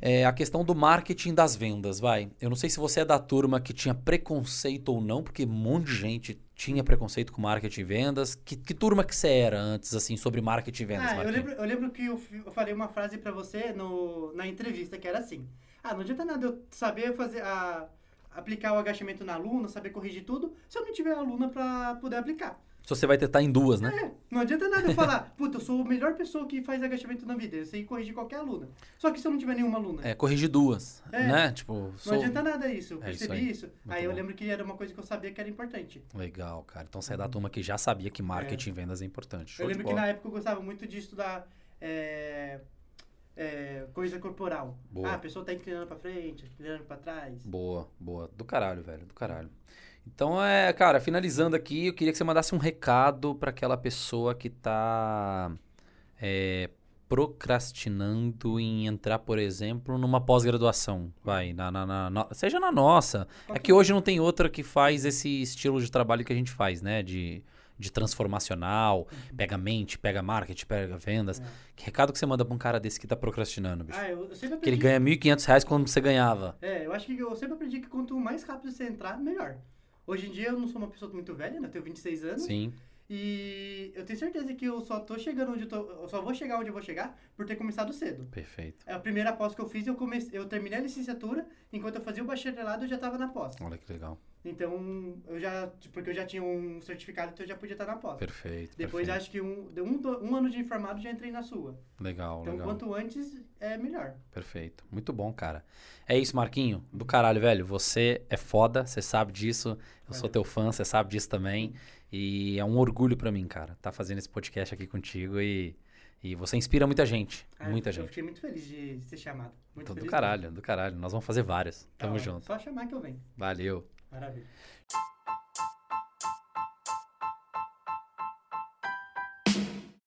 Speaker 1: é, a questão do marketing das vendas, vai. Eu não sei se você é da turma que tinha preconceito ou não, porque um monte de gente tinha preconceito com marketing e vendas. Que, que turma que você era antes, assim, sobre marketing e vendas,
Speaker 2: Ah, eu
Speaker 1: Marquinhos?
Speaker 2: lembro, eu lembro que eu, fi- eu falei uma frase pra você no, na entrevista que era assim: Ah, não adianta nada eu saber fazer a, aplicar o agachamento na aluna, saber corrigir tudo, se eu não tiver aluna pra poder aplicar.
Speaker 1: Só você vai tentar em duas, né?
Speaker 2: É, não adianta nada eu falar, puta, eu sou a melhor pessoa que faz agachamento na vida, eu sei corrigir qualquer aluna. Só que se eu não tiver nenhuma aluna,
Speaker 1: É, corrigir duas,
Speaker 2: É.
Speaker 1: né? Tipo, sou...
Speaker 2: não adianta nada isso, eu
Speaker 1: É isso
Speaker 2: percebi isso. Aí,
Speaker 1: Muito
Speaker 2: eu
Speaker 1: bom.
Speaker 2: lembro que era uma coisa que eu sabia que era importante.
Speaker 1: Legal, cara. Então você é da turma que já sabia que marketing e vendas é importante. Show
Speaker 2: Uhum. eu
Speaker 1: de
Speaker 2: lembro que
Speaker 1: bola.
Speaker 2: na época eu gostava muito de estudar é, é, coisa corporal.
Speaker 1: Boa.
Speaker 2: Ah, a pessoa tá inclinando pra frente, inclinando pra trás.
Speaker 1: Boa, boa. Do caralho, velho, do caralho. Então é, cara, finalizando aqui, eu queria que você mandasse um recado pra aquela pessoa que tá é, procrastinando em entrar, por exemplo, numa pós-graduação. Vai, na, na- na- na- seja na nossa. É que hoje não tem outra que faz esse estilo de trabalho que a gente faz, né? De, de transformacional, pega mente, pega marketing, pega vendas.
Speaker 2: Uhum. É.
Speaker 1: Que recado que você manda pra um cara desse que tá procrastinando, bicho?
Speaker 2: Ah, eu, eu sempre
Speaker 1: que ele
Speaker 2: aprendi.
Speaker 1: ganha R$ 1.500 reais quando você ganhava.
Speaker 2: É, eu acho que eu sempre aprendi que quanto mais rápido você entrar, melhor. Hoje em dia eu não sou uma pessoa muito velha, né? Eu tenho 26 anos.
Speaker 1: Sim.
Speaker 2: E eu tenho certeza que eu só tô chegando onde eu tô. Eu só vou chegar onde eu vou chegar por ter começado cedo.
Speaker 1: Perfeito.
Speaker 2: É a primeira pós que eu fiz, eu comecei, eu terminei a licenciatura, enquanto eu fazia o bacharelado, eu já tava na pós.
Speaker 1: Olha que legal.
Speaker 2: Então, eu já. Porque eu já tinha um certificado, então eu já podia estar na pós.
Speaker 1: Perfeito.
Speaker 2: Depois
Speaker 1: perfeito.
Speaker 2: acho que um, deu um, do- um ano de informado já entrei na sua.
Speaker 1: Legal,
Speaker 2: Então,
Speaker 1: legal.
Speaker 2: quanto antes, é melhor.
Speaker 1: Perfeito. Muito bom, cara. É isso, Marquinho. Do caralho, velho. Você é foda, você sabe disso. Eu sou
Speaker 2: Valeu.
Speaker 1: teu fã, você sabe disso também. E é um orgulho pra mim, cara, tá fazendo esse podcast aqui contigo e, e você inspira muita gente.
Speaker 2: Ah, eu-
Speaker 1: muita
Speaker 2: Eu
Speaker 1: gente.
Speaker 2: fiquei muito feliz de ser chamado. Muito
Speaker 1: Então, do
Speaker 2: feliz
Speaker 1: caralho, do caralho. Nós vamos fazer várias.
Speaker 2: mesmo. Tá
Speaker 1: Tamo
Speaker 2: bom,
Speaker 1: junto.
Speaker 2: Só chamar que eu venho.
Speaker 1: Valeu.
Speaker 2: Maravilha.